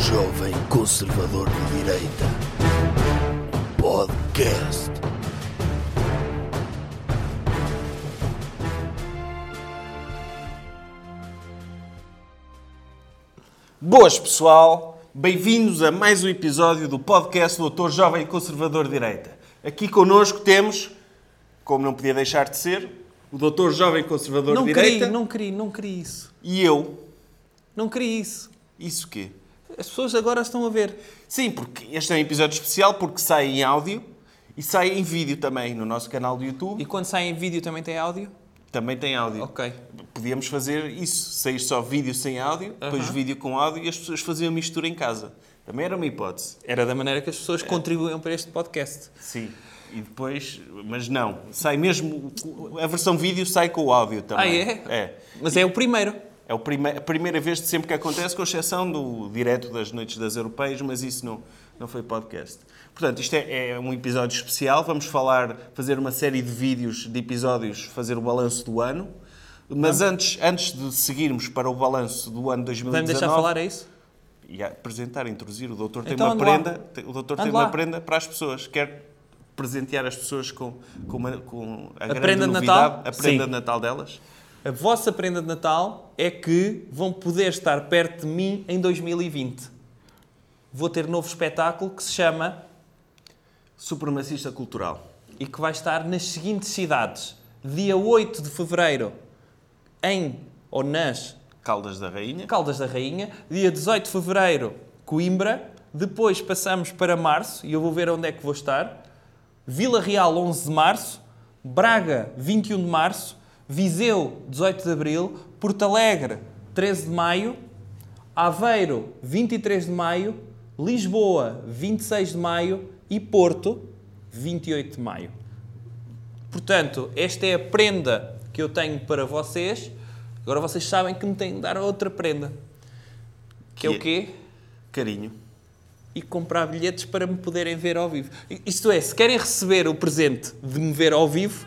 jovem conservador de direita. Podcast. Boas, pessoal. Bem-vindos a mais um episódio do podcast do Doutor Jovem Conservador de Direita. Aqui connosco temos, como não podia deixar de ser, o Doutor Jovem Conservador Não de queria, Direita não queria, não queria isso. e eu. Não queria isso. Isso quê? As pessoas agora estão a ver. Sim, porque este é um episódio especial porque sai em áudio e sai em vídeo também no nosso canal do YouTube. E quando sai em vídeo também tem áudio? Também tem áudio. Ok. Podíamos fazer isso, sair só vídeo sem áudio, depois vídeo com áudio e as pessoas faziam mistura em casa. Também era uma hipótese. Era da maneira que as É. pessoas contribuíam para este podcast. Sim. E depois, mas não, sai mesmo, a versão vídeo sai com o áudio também. Ah, é? É. Mas é o primeiro. É o prime- a primeira vez de sempre que acontece, com exceção do direto das Noites das Europeias, mas isso não, não foi podcast. Portanto, isto é, é um episódio especial. Vamos falar, fazer uma série de vídeos, de episódios, fazer o balanço do ano. Mas antes, antes de seguirmos para o balanço do ano 2019... Vai-me deixar falar, é isso? E a apresentar, introduzir. O doutor tem Então, uma ande lá. prenda, tem- o doutor tem Ande uma lá. prenda para as pessoas. Quer presentear as pessoas com, com, uma- com a, grande prenda de novidade, Natal? a prenda Sim. de Natal delas. A vossa prenda de Natal é que vão poder estar perto de mim em 2020. Vou ter novo espetáculo que se chama Supremacista cultural. e que vai estar nas seguintes cidades. Dia 8 de fevereiro, em ou nas Caldas da Rainha. Caldas da Rainha, dia 18 de fevereiro, Coimbra, depois passamos para março e eu vou ver onde é que vou estar. Vila Real, 11 de março, Braga, 21 de março, Viseu, 18 de abril, Porto Alegre, 13 de maio, Aveiro, 23 de maio, Lisboa, 26 de maio e Porto, 28 de maio. Portanto, esta é a prenda que eu tenho para vocês. Agora vocês sabem que me têm de dar outra prenda. Que, é Que é? o quê? Carinho. E comprar bilhetes para me poderem ver ao vivo. I- Isto é, se querem receber o presente de me ver ao vivo,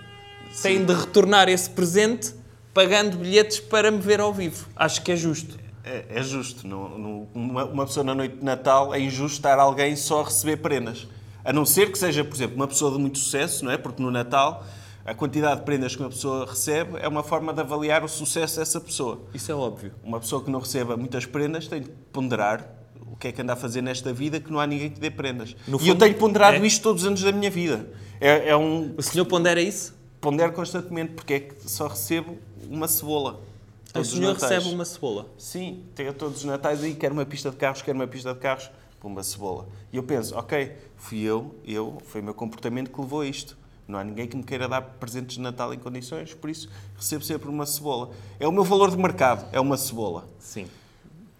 têm de retornar esse presente pagando bilhetes para me ver ao vivo. Acho que é justo. É, é justo. não- não- uma, uma pessoa na noite de Natal é injusto estar alguém só a receber prendas. A não ser que seja, por exemplo, uma pessoa de muito sucesso, não é? Porque no Natal a quantidade de prendas que uma pessoa recebe é uma forma de avaliar o sucesso dessa pessoa. Isso é óbvio. Uma pessoa que não receba muitas prendas tem de ponderar o que é que anda a fazer nesta vida que não há ninguém que dê prendas. No e eu fundo, tenho ponderado é. isto todos os anos da minha vida. É, é um. O senhor pondera isso? Pondero constantemente porque é que só recebo uma cebola. O Todos os senhor natais. Então, recebe uma cebola. Sim, tenho todos os natais aí, quero uma pista de carros, quero uma pista de carros, pum, uma cebola. E eu penso, ok, fui eu, eu, foi o meu comportamento que levou a isto. Não há ninguém que me queira dar presentes de Natal em condições, por isso recebo sempre uma cebola. É o meu valor de mercado, é uma cebola. Sim.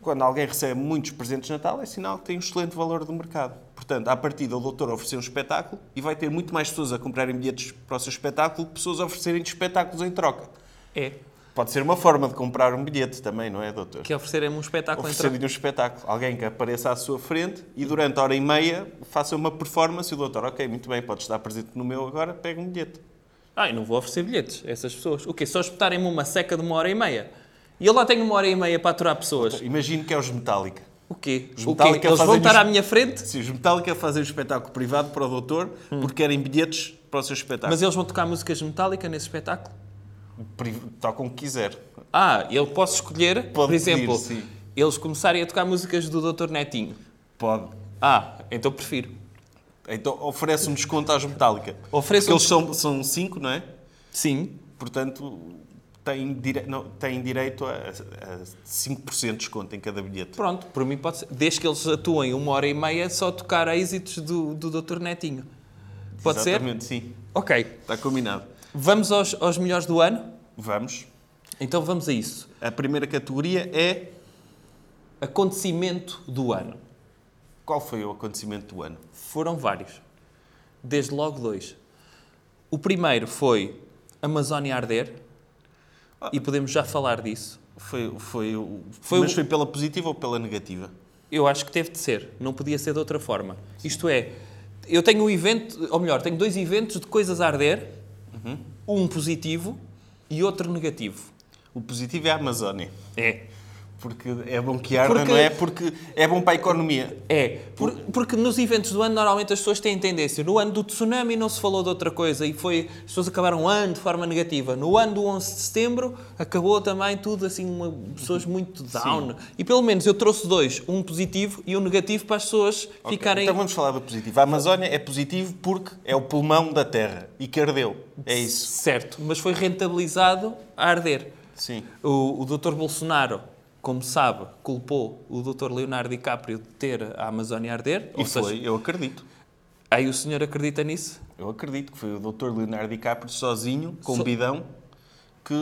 Quando alguém recebe muitos presentes de Natal, é sinal que tem um excelente valor de mercado. Portanto, à partida, o doutor ofereceu um espetáculo e vai ter muito mais pessoas a comprarem bilhetes para o seu espetáculo que pessoas a oferecerem espetáculos em troca. É. Pode ser uma forma de comprar um bilhete também, não é, doutor? Que oferecerem-me um espetáculo em troca. Oferecer-lhe um espetáculo. Alguém que apareça à sua frente e durante a hora e meia faça uma performance e o doutor, ok, muito bem, pode estar presente no meu agora, pega um bilhete. Ah, eu não vou oferecer bilhetes a essas pessoas. O quê? Só espetarem-me uma seca de uma hora e meia? E eu lá tenho uma hora e meia para aturar pessoas. Imagino que é os Metallica. O quê? Os O quê? Metallica Eles vão fazem estar isto- à minha frente, Se os Metallica fazem um espetáculo privado para o doutor porque querem bilhetes para o seu espetáculo. mas eles vão tocar músicas de Metallica nesse espetáculo? Pri- Tocam o que quiser. Ah, eu posso escolher, Pode por exemplo, pedir, sim. eles começarem a tocar músicas do Dr. Netinho. Pode. Ah, então prefiro. Então oferece um desconto aos Metallica. Oferece Porque um eles são, são cinco, não é? Sim. Portanto, têm, dire... não, têm direito a, a 5% de desconto em cada bilhete. Pronto, por mim pode ser. Desde que eles atuem uma hora e meia, só tocar êxitos do, do Dr. Netinho. Pode Exatamente, sim. ser? Ok. Está combinado. Vamos aos, aos melhores do ano? Vamos. Então vamos a isso. A primeira categoria é Acontecimento do ano. qual foi o acontecimento do ano? Foram vários. Desde logo dois. O primeiro foi Amazónia arder. E podemos já falar disso. Foi, foi, o- Foi mas o- foi pela positiva ou pela negativa? Eu acho que teve de ser. Não podia ser de outra forma. Isto é, eu tenho um evento, ou melhor, tenho dois eventos de coisas a arder. Um positivo e outro negativo. O positivo é a Amazónia. É. Porque é bom que arda, Porque- não é? Porque é bom para a economia. É, por- porque nos eventos do ano normalmente as pessoas têm tendência. No ano do tsunami não se falou de outra coisa e foi. As pessoas acabaram o ano de forma negativa. No ano do 11 de setembro acabou também tudo assim, uma- pessoas muito down. E pelo menos eu trouxe dois, um positivo e um negativo para as pessoas ficarem. Então vamos falar do positivo. A Amazónia é positivo porque é o pulmão da terra e que ardeu. É isso. Certo, mas foi rentabilizado a arder. Sim. O, o Dr. Bolsonaro, como sabe, culpou o Dr. Leonardo DiCaprio de ter a Amazónia a arder. E foi, eu acredito. aí o senhor acredita nisso? Eu acredito que foi o Dr. Leonardo DiCaprio sozinho, com So- um bidão, que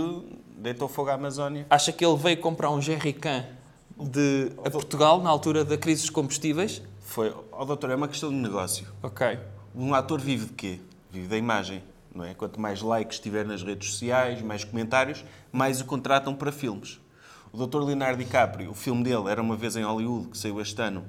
deitou fogo à Amazónia. Acha que ele veio comprar um jerrycan de a Portugal na altura da crise dos combustíveis? Foi, ó doutor, é uma questão de negócio. Ok. Um ator vive de quê? Vive da imagem, não é? Quanto mais likes tiver nas redes sociais, mais comentários, mais o contratam para filmes. O Dr. Leonardo DiCaprio, o filme dele era uma vez em Hollywood, que saiu este ano,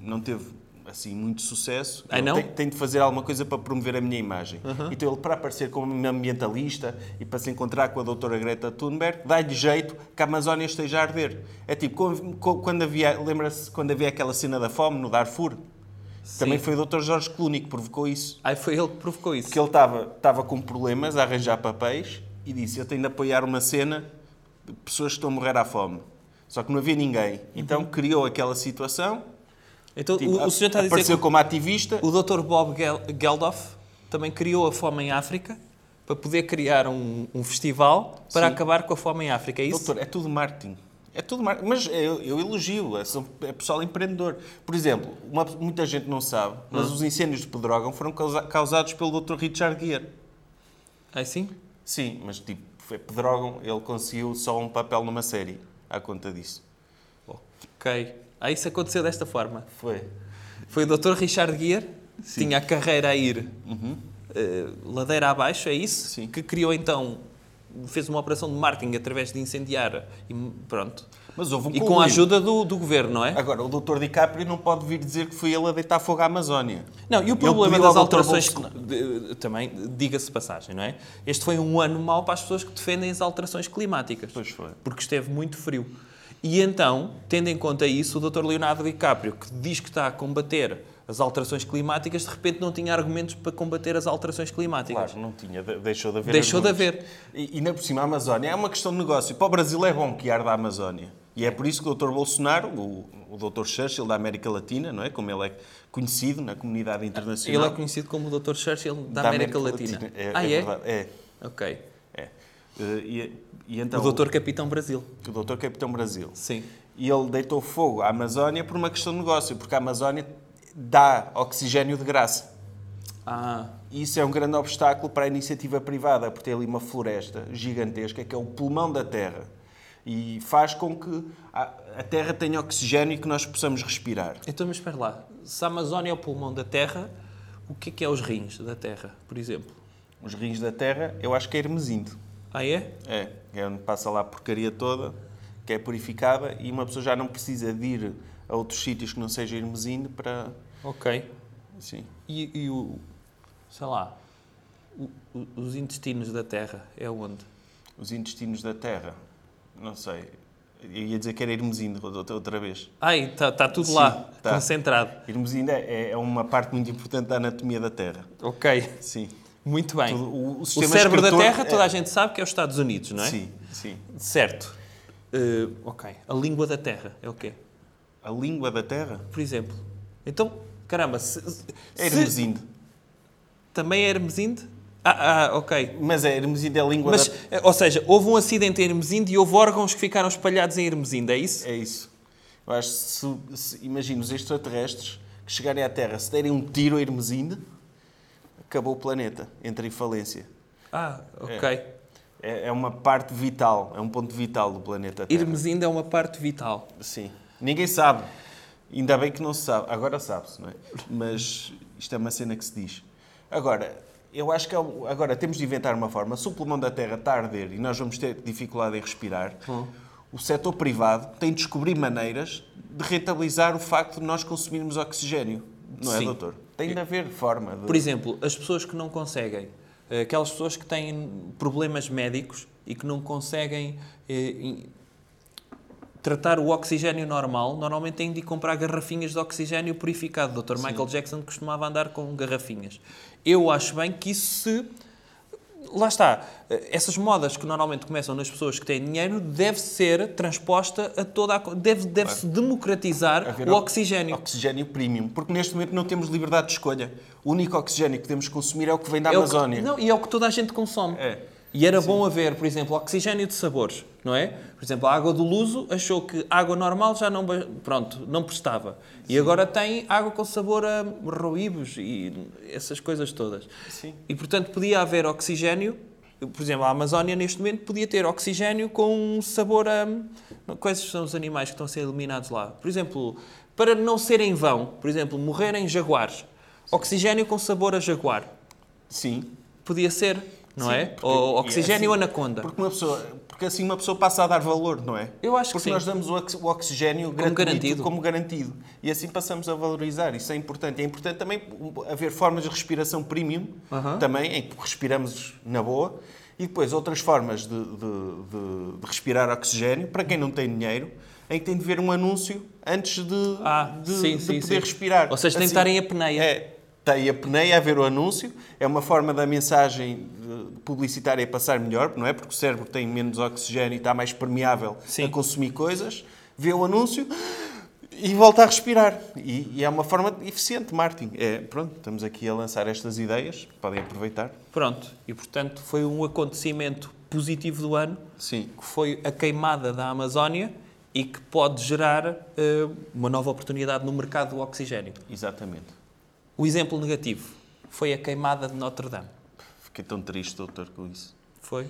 não teve assim muito sucesso. Ah, Ele não? Tem, tem de fazer alguma coisa para promover a minha imagem. Então ele, para aparecer como ambientalista e para se encontrar com a doutora Greta Thunberg, dá-lhe jeito que a Amazónia esteja a arder. É tipo, com- com- quando havia, lembra-se quando havia aquela cena da fome no Darfur? Também foi o Dr. Jorge Clooney que provocou isso. Aí foi ele que provocou isso. Que ele estava estava com problemas a arranjar papéis e disse: Eu tenho de apoiar uma cena de pessoas que estão a morrer à fome. Só que não havia ninguém. Então criou aquela situação. Então Tipo, Uhum. o, o senhor está a dizer apareceu que como ativista. o Dr. Bob Gel- Geldof também criou a fome em África para poder criar um, um festival para Sim. acabar com a fome em África, é isso? Doutor, é tudo marketing. É tudo marketing. Mas eu, eu elogio, é, são- é pessoal empreendedor. Por exemplo, uma- muita gente não sabe, Hum. mas os incêndios de Pedrógão foram causa- causados pelo Dr. Richard Gere. Aí sim? Sim, mas tipo, foi Pedrógão, ele conseguiu só um papel numa série à conta disso. Ok. Aí isso aconteceu desta forma. Foi. Foi o Dr. Richard Gere, tinha a carreira a ir eh, ladeira abaixo, é isso? Sim. Que criou então, fez uma operação de marketing através de incendiar e pronto. Mas houve um E com a conluio. ajuda do, do governo, não é? Agora, o Dr. DiCaprio não pode vir dizer que foi ele a deitar fogo à Amazónia. Não, e o Ele problema pediu das ao Dr. alterações. Bolsonaro- de- eh, Também, diga-se de passagem, não é? Este foi um ano mau para as pessoas que defendem as alterações climáticas. Pois foi. Porque esteve muito frio. E então, tendo em conta isso, o Dr. Leonardo DiCaprio, que diz que está a combater as alterações climáticas, de repente não tinha argumentos para combater as alterações climáticas. Claro, não tinha. de- Deixou de haver. Deixou de argumentos. haver. E, e na por cima, a Amazónia é uma questão de negócio. Para o Brasil é bom que arda a Amazónia. E é por isso que o Dr. Bolsonaro, o, o Dr. Churchill da América Latina, não é? Como ele é conhecido na comunidade Ele internacional. é conhecido como o Dr. Churchill da, América, Latina. É, ah, é, é? verdade. É. Ok. é. Eh, E, e então, o Dr. Capitão Brasil. o Dr. Capitão Brasil. Sim. E ele deitou fogo à Amazónia por uma questão de negócio, porque a Amazónia dá oxigênio de graça. Ah, E isso é um grande obstáculo para a iniciativa privada, por ter ali uma floresta gigantesca, que é o pulmão da terra. E faz com que a a terra tenha oxigênio e que nós possamos respirar. então mas espera lá. Se a Amazónia é o pulmão da Terra, o que é que é os rins da Terra, por exemplo? Os rins da terra, eu acho que é Hermesindo. Ah, é? É, é onde passa lá a porcaria toda, que é purificada, e uma pessoa já não precisa de ir a outros sítios que não seja Hermesindo para... Ok. Sim. E, e o... Sei lá. o- o- os intestinos da Terra é onde? Os intestinos da Terra. Não sei. Eu ia dizer que era Hermesindo outra outra vez. Ai, está tudo Sim, lá, tá. concentrado. Hermesindo é, é uma parte muito importante da anatomia da Terra. Ok. Sim. Muito bem. Tudo- o- o o sistema cérebro da excretor Terra, é- toda a gente sabe que é os Estados Unidos, não é? Sim, sim. Certo. Eh, ok. A língua da terra é o quê? A língua da Terra Por exemplo. Então, caramba, se, se- é Hermesindo. também é Hermesinde? Ah, ah, ok. Mas é Hermesindo é a língua Mas, da... eh, ou seja, houve um acidente em Hermesinde e houve órgãos que ficaram espalhados em Hermesinde, é isso? É isso. Eu acho que se, se- imagina os extraterrestres que chegarem à Terra, se derem um tiro a Hermesindo, acabou o planeta, entra em falência. Ah, ok. É, é uma parte vital, é um ponto vital do planeta Terra. Hermesinde é uma parte vital. Sim. Ninguém sabe. Ainda bem que não se sabe. Agora sabe-se, não é? Mas isto é uma cena que se diz. Agora, eu acho que há um- agora temos de inventar uma forma. Se o pulmão da Terra está a arder e nós vamos ter dificuldade em respirar, o setor privado tem de descobrir maneiras de rentabilizar o facto de nós consumirmos oxigênio. Não é, Sim. doutor? Tem de haver forma de... Por exemplo, as pessoas que não conseguem, eh, aquelas pessoas que têm problemas médicos e que não conseguem eh, em- tratar o oxigênio normal, normalmente tem de ir comprar garrafinhas de oxigênio purificado. O Dr. Michael Jackson costumava andar com garrafinhas. Eu acho bem que isso se. Lá está. eh, Essas modas que normalmente começam nas pessoas que têm dinheiro deve ser transposta a toda a. co- deve- Deve-se democratizar Haver o o- oxigênio. Oxigênio premium, porque neste momento não temos liberdade de escolha. O único oxigênio que temos que consumir é o que vem da É o que- Amazónia. não, e é o que toda a gente consome. É. E era bom haver, por exemplo, oxigênio de sabores, não é? Por exemplo, a água do Luso achou que a água normal já não, ba- pronto, não prestava. E agora tem água com sabor a roíbos e essas coisas todas. Sim. E, portanto, podia haver oxigênio, por exemplo, a Amazónia neste momento podia ter oxigênio com um sabor a... Quais são os animais que estão a ser eliminados lá? Por exemplo, para não ser em vão, por exemplo, morrerem jaguares. Oxigênio com sabor a jaguar Sim. podia ser, não Sim, é? porque- Ou e oxigênio assim- anaconda. Porque, uma pessoa, porque assim uma pessoa passa a dar valor, não é? Eu acho que porque sim. nós damos o ox- o oxigênio gratuito garantido. como garantido. E assim passamos a valorizar. Isso é importante. É importante também haver formas de respiração premium, também, em que respiramos na boa. E depois outras formas de, de- de- de respirar oxigênio, para quem não tem dinheiro, em que tem de ver um anúncio antes de, Ah, de- sim, de sim, poder sim. respirar. Ou seja, tem de estar em apneia. É, Está aí a peneia a ver o anúncio, é uma forma da mensagem eh, publicitária passar melhor, não é? Porque o cérebro tem menos oxigênio e está mais permeável Sim. a consumir coisas, vê o anúncio e volta a respirar. E, e é uma forma eficiente de marketing. É, pronto, estamos aqui a lançar estas ideias, podem aproveitar. Pronto, e portanto foi um acontecimento positivo do ano, Sim. que foi a queimada da Amazónia e que pode gerar eh, uma nova oportunidade no mercado do oxigênio. Exatamente. O exemplo negativo foi a queimada de Notre Dame. Fiquei tão triste, doutor, com isso. Foi?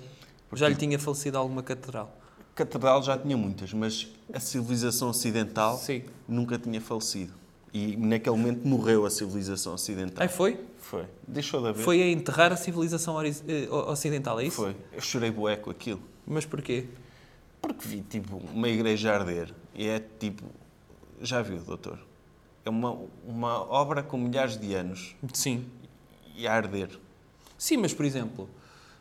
Já lhe tinha falecido alguma catedral. Catedral já tinha muitas, mas a civilização ocidental Sim. nunca tinha falecido. E naquele momento morreu a civilização ocidental. Ai, foi? Foi. Deixou de haver. Foi a enterrar a civilização ori- eh, o- ocidental, é isso? Foi. Eu chorei bueco aquilo. Mas porquê? Porque vi, tipo, uma igreja arder. E é tipo... Já viu, doutor? É uma, uma obra com milhares de anos. Sim. E a arder. Sim, mas por exemplo,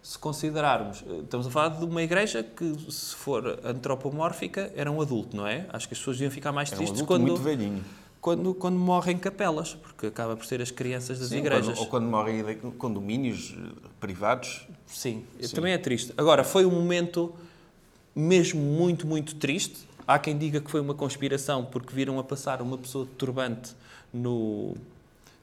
se considerarmos, eh, estamos a falar de uma igreja que, se for antropomórfica, era um adulto, não é? Acho que as pessoas iam ficar mais É um tristes adulto quando, muito velhinho. quando, quando morrem capelas, porque acaba por ser as crianças das Sim, igrejas. quando- ou quando morrem em condomínios eh, privados. Sim, também é triste. Agora, foi um momento mesmo muito, muito triste. Há quem diga que foi uma conspiração porque viram a passar uma pessoa de turbante no,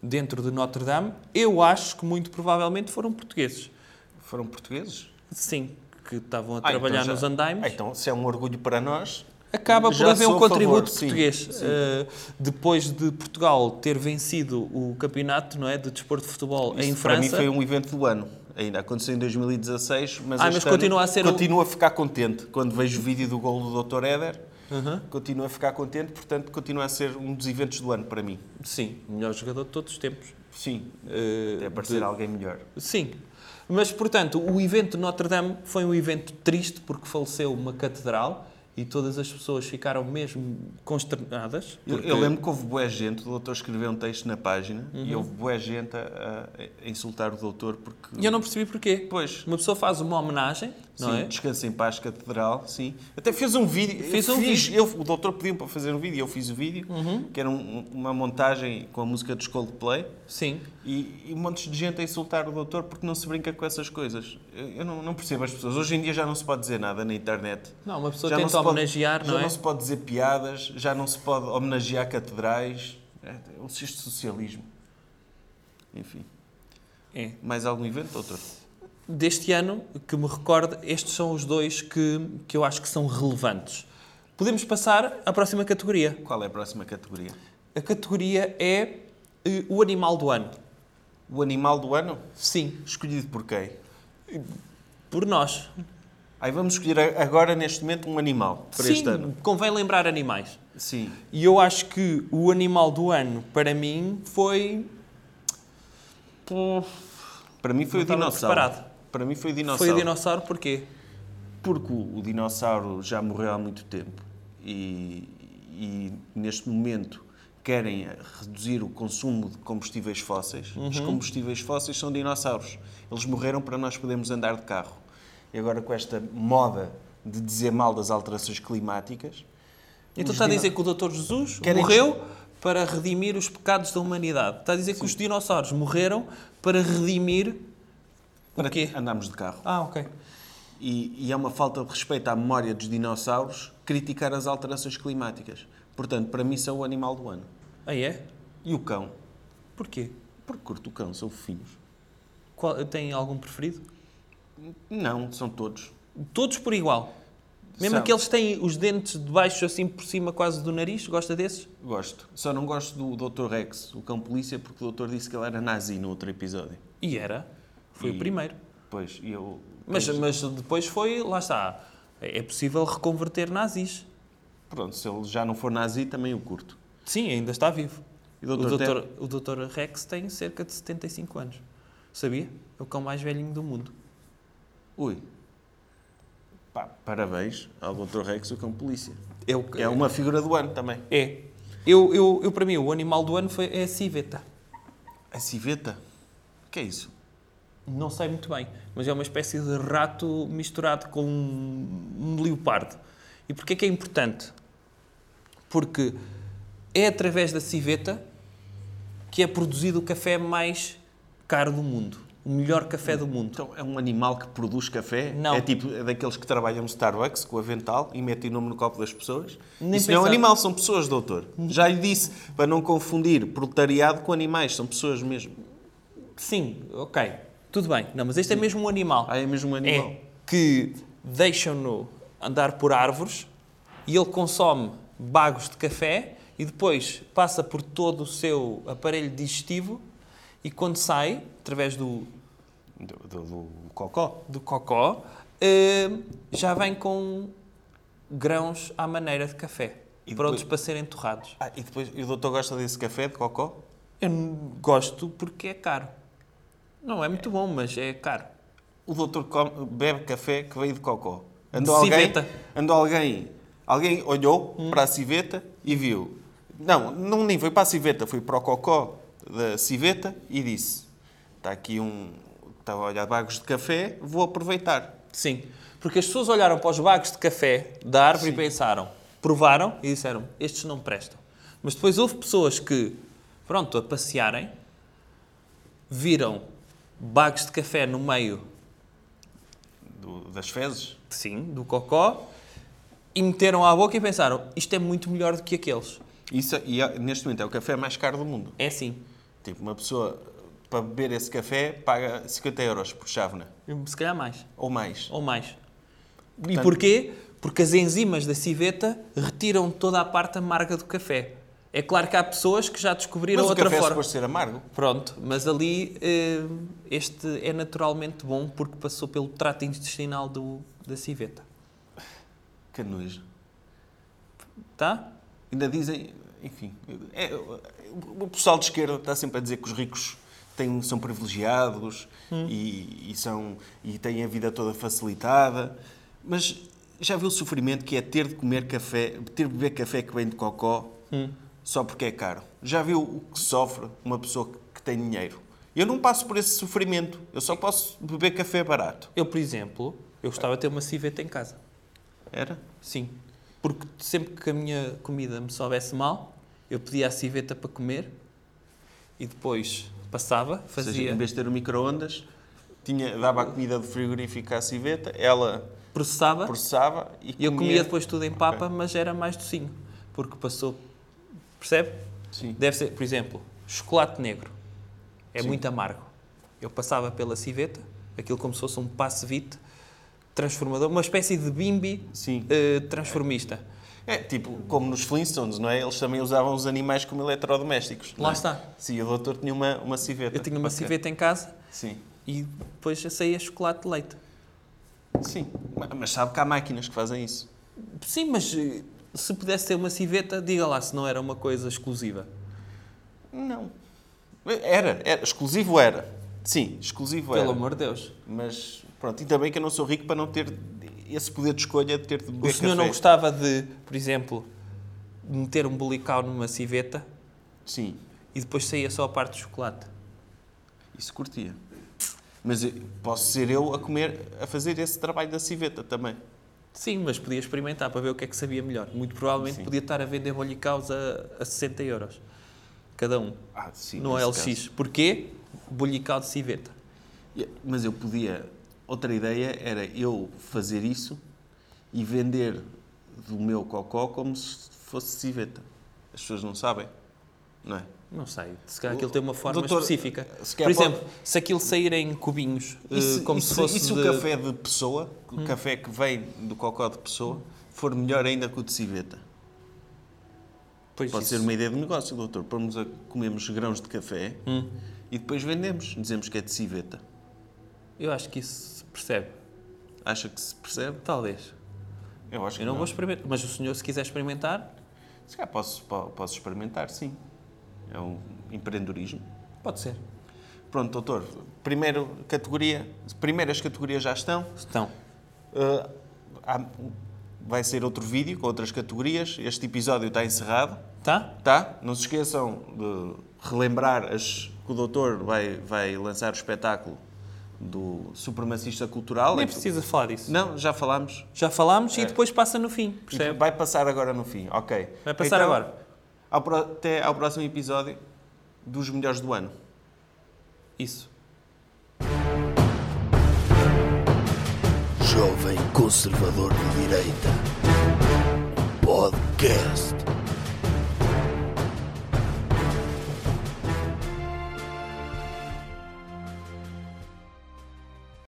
dentro de Notre Dame. Eu acho que muito provavelmente foram portugueses. Foram portugueses? Sim, que estavam a Ah, trabalhar então já- nos andaimes. Ah, então, se é um orgulho para nós... Acaba por já haver um sou a favor, contributo sim. português. Eh, depois de Portugal ter vencido o campeonato não é, de desporto de futebol em Isso, França. Para mim foi um evento do ano. Ainda aconteceu em 2016, mas, Ah, este mas ano continua a ser continuo a ficar contente quando vejo o vídeo do gol do Dr. Éder. Continuo a ficar contente, portanto, continua a ser um dos eventos do ano para mim. Sim, o melhor jogador de todos os tempos. Sim, Eh, até aparecer alguém melhor. Sim. Mas, portanto, o evento de Notre Dame foi um evento triste porque faleceu uma catedral e todas as pessoas ficaram mesmo consternadas. Eu, porque- eu lembro que houve boa gente, o doutor escreveu um texto na página Uhum. e houve boa gente a, a- a insultar o doutor porque. E eu não percebi porquê. Pois. Uma pessoa faz uma homenagem, não sim, é? descansa em paz, catedral, sim. Até fez um vídeo. Fez eu um Uhum. fiz- eu- o doutor pediu para fazer um vídeo, eu fiz o vídeo, que era um- uma montagem com a música dos Coldplay. Sim. E, e um monte de gente a insultar o doutor porque não se brinca com essas coisas. Eu eu não, não percebo as pessoas. Hoje em dia já não se pode dizer nada na internet. Não, uma pessoa Já não tenta se pode- homenagear, não Já é? não se pode dizer piadas, já não se pode homenagear catedrais. É é um cisto socialismo. Enfim. É. Mais algum evento, doutor? deste ano, que me recordo, estes são os dois que, que eu acho que são relevantes. Podemos passar à próxima categoria. Qual é a próxima categoria? A categoria é eh, o animal do ano. O animal do ano? Sim, Escolhido por quem? por nós. Aí vamos escolher a- agora, neste momento, um animal para Sim, este ano. convém lembrar animais. Sim. E eu acho que o animal do ano, para mim, foi. Para mim foi Não o estava dinossauro. preparado. Para mim foi o dinossauro. Foi o dinossauro, porquê? Porque o o dinossauro já morreu há muito tempo e, e neste momento querem reduzir o consumo de combustíveis fósseis. Uhum. Os combustíveis fósseis são dinossauros. Eles morreram para nós podermos andar de carro. E agora com esta moda de dizer mal das alterações climáticas, Então está a dizer que o Dr. Jesus Querem- morreu para redimir os pecados da humanidade. Está a dizer que os dinossauros morreram para redimir. Para quê? Andámos de carro. Ah, ok. E, e é uma falta de respeito à memória dos dinossauros criticar as alterações climáticas. Portanto, para mim, são o animal do ano. Aí é? E o cão? Porquê? Porque curto o cão, são fofinhos. Qual, tem algum preferido? Não, são todos. Todos por igual. Mesmo São. aqueles que têm os dentes de baixo assim por cima quase do nariz, gosta desses? Gosto. Só não gosto do Dr. Rex, o cão polícia, porque o doutor disse que ele era nazi no outro episódio. E era. Foi o E- primeiro. Pois, e eu. Mas, pois, mas depois foi, lá está. É possível reconverter nazis. Pronto, se ele já não for nazi, também o curto. Sim, ainda está vivo. E O Dr. doutor, o doutor Rex tem cerca de 75 anos. Sabia? É o cão mais velhinho do mundo. Ui. Pá, parabéns ao Dr. Rex, o cão polícia. É, o, É uma figura do ano também. é. Eu, eu, eu, para mim, o animal do ano foi, é a civeta. A civeta? O que é isso? Não sei muito bem, mas é uma espécie de rato misturado com um, um leopardo. E porquê que é importante? Porque é através da civeta que é produzido o café mais caro do mundo. O melhor café do mundo. Então, é um animal que produz café? Não. É tipo é daqueles que trabalham no Starbucks com o avental e metem o nome no copo das pessoas? Nem Isso não é um pensar. animal, são pessoas, doutor. Já lhe disse, para não confundir proletariado com animais, são pessoas mesmo. Sim, ok. Tudo bem. Não, mas este é mesmo um animal. Ah, é mesmo um animal? É que deixam-no andar por árvores e ele consome bagos de café e depois passa por todo o seu aparelho digestivo e quando sai, através do, Do, do- do cocó? do cocó, eh, já vem com grãos à maneira de café, E prontos depois- para serem torrados. Ah, e depois, e o doutor gosta desse café de cocó? Eu n- gosto porque é caro. Não é muito bom, mas é caro. O doutor come- bebe café que veio de cocó. Andou De alguém, civeta. andou alguém, alguém olhou para a civeta e viu. Não, não nem foi para a civeta, foi para o cocó da civeta e disse: está aqui um, estava a olhar bagos de café, vou aproveitar. Sim, porque as pessoas olharam para os bagos de café da árvore e pensaram, provaram e disseram, estes não prestam. Mas depois houve pessoas que, pronto, a passearem, viram bagos de café no meio, Do- das fezes. sim, do cocó, e meteram à boca e pensaram, isto é muito melhor do que aqueles. Isso, e é- neste momento é o café mais caro do mundo. É assim. Tipo, uma pessoa para beber esse café paga 50 euros por chávena Se calhar mais. ou mais. Ou mais. Portanto- e porquê? Porque as enzimas da civeta retiram toda a parte amarga do café. É claro que há pessoas que já descobriram Mas o outra café é forma. suposto ser amargo. Pronto, mas ali eh, este é naturalmente bom porque passou pelo trato intestinal do, da civeta. Que nojo. Tá? Ainda dizem, enfim, é, o pessoal de esquerda está sempre a dizer que os ricos têm, são privilegiados e, e são, e têm a vida toda facilitada, mas já viu o sofrimento que é ter de comer café, ter de beber café que vem de cocó só porque é caro? Já viu o que sofre uma pessoa que- que tem dinheiro? Eu não passo por esse sofrimento, eu só posso beber café barato. Eu, por exemplo, eu gostava de ter uma civeta em casa. Era? Sim. Porque sempre que a minha comida me soubesse mal, eu pedia a civeta para comer e depois passava, Ou seja, fazia, em vez de ter o micro-ondas, tinha- dava a comida do frigorífico à civeta, ela processava processava e e eu comia depois tudo em papa, mas era mais docinho. Porque passou. Percebe? Sim. Deve ser, por exemplo, chocolate negro. É Sim. muito amargo. Eu passava pela civeta, aquilo como se fosse um passevite transformador, uma espécie de bimbi Sim. eh, transformista. É, tipo, como nos Flintstones, não é? Eles também usavam os animais como eletrodomésticos. não Lá é? está. Sim, o doutor tinha uma, uma civeta. Eu tinha uma Ok. civeta em casa Sim. e depois saía chocolate de leite. Sim. Ma- Mas sabe que há máquinas que fazem isso. Sim, mas eh, se pudesse ter uma civeta, diga lá se não era uma coisa exclusiva. Não. Era, era. Exclusivo era. Sim, exclusivo Pelo era. amor de Deus. Mas, pronto, e também que eu não sou rico para não ter esse poder de escolha de ter de beber O senhor café. não gostava de, por exemplo, meter um bulical numa civeta Sim, e depois saía só a parte de chocolate? isso curtia. Mas eu- posso ser eu a comer, a fazer esse trabalho da civeta também. Sim, mas podia experimentar para ver o que é que sabia melhor. Muito provavelmente Sim. podia estar a vender molho e caos a, a 60 euros. Cada um. Ah, sim, no nesse LX. Porquê? Bolho e caos de civeta. Yeah, Mas eu podia. Outra ideia era eu fazer isso e vender do meu cocó como se fosse civeta. As pessoas não sabem, não é? Não sei. Se calhar aquilo tem uma forma Doutor, eh, específica. se Por calhar exemplo, se aquilo sair em cubinhos, eh, como se fosse e se o de- café de Hum. pessoa, o café que vem do cocó de pessoa, for melhor ainda que o de civeta? Pois Pode isso. ser uma ideia de negócio, doutor. Pomos a comemos grãos de café e depois vendemos. Dizemos que é de civeta. Eu acho que isso se percebe. Acha que se percebe? Talvez. Eu acho que Eu não, vou experimentar. Mas o senhor, se quiser experimentar, Se calhar posso, po- posso experimentar, sim. É um empreendedorismo. pode ser. Pronto, doutor. Primeiro categoria. Primeiras categorias já estão. Então, Uh, há- vai ser outro vídeo com outras categorias. Este episódio está encerrado. tá? Tá? Não se esqueçam de relembrar as, que o doutor vai, vai lançar o espetáculo do Supremacista Cultural. Nem É- precisa falar disso. Não, É. já falámos. Já falámos e depois passa no fim, E percebe? Vai passar agora no fim, ok. Vai passar Então, agora. ao pro- até ao próximo episódio dos melhores do ano. Isso. Jovem Conservador de Direita. Podcast.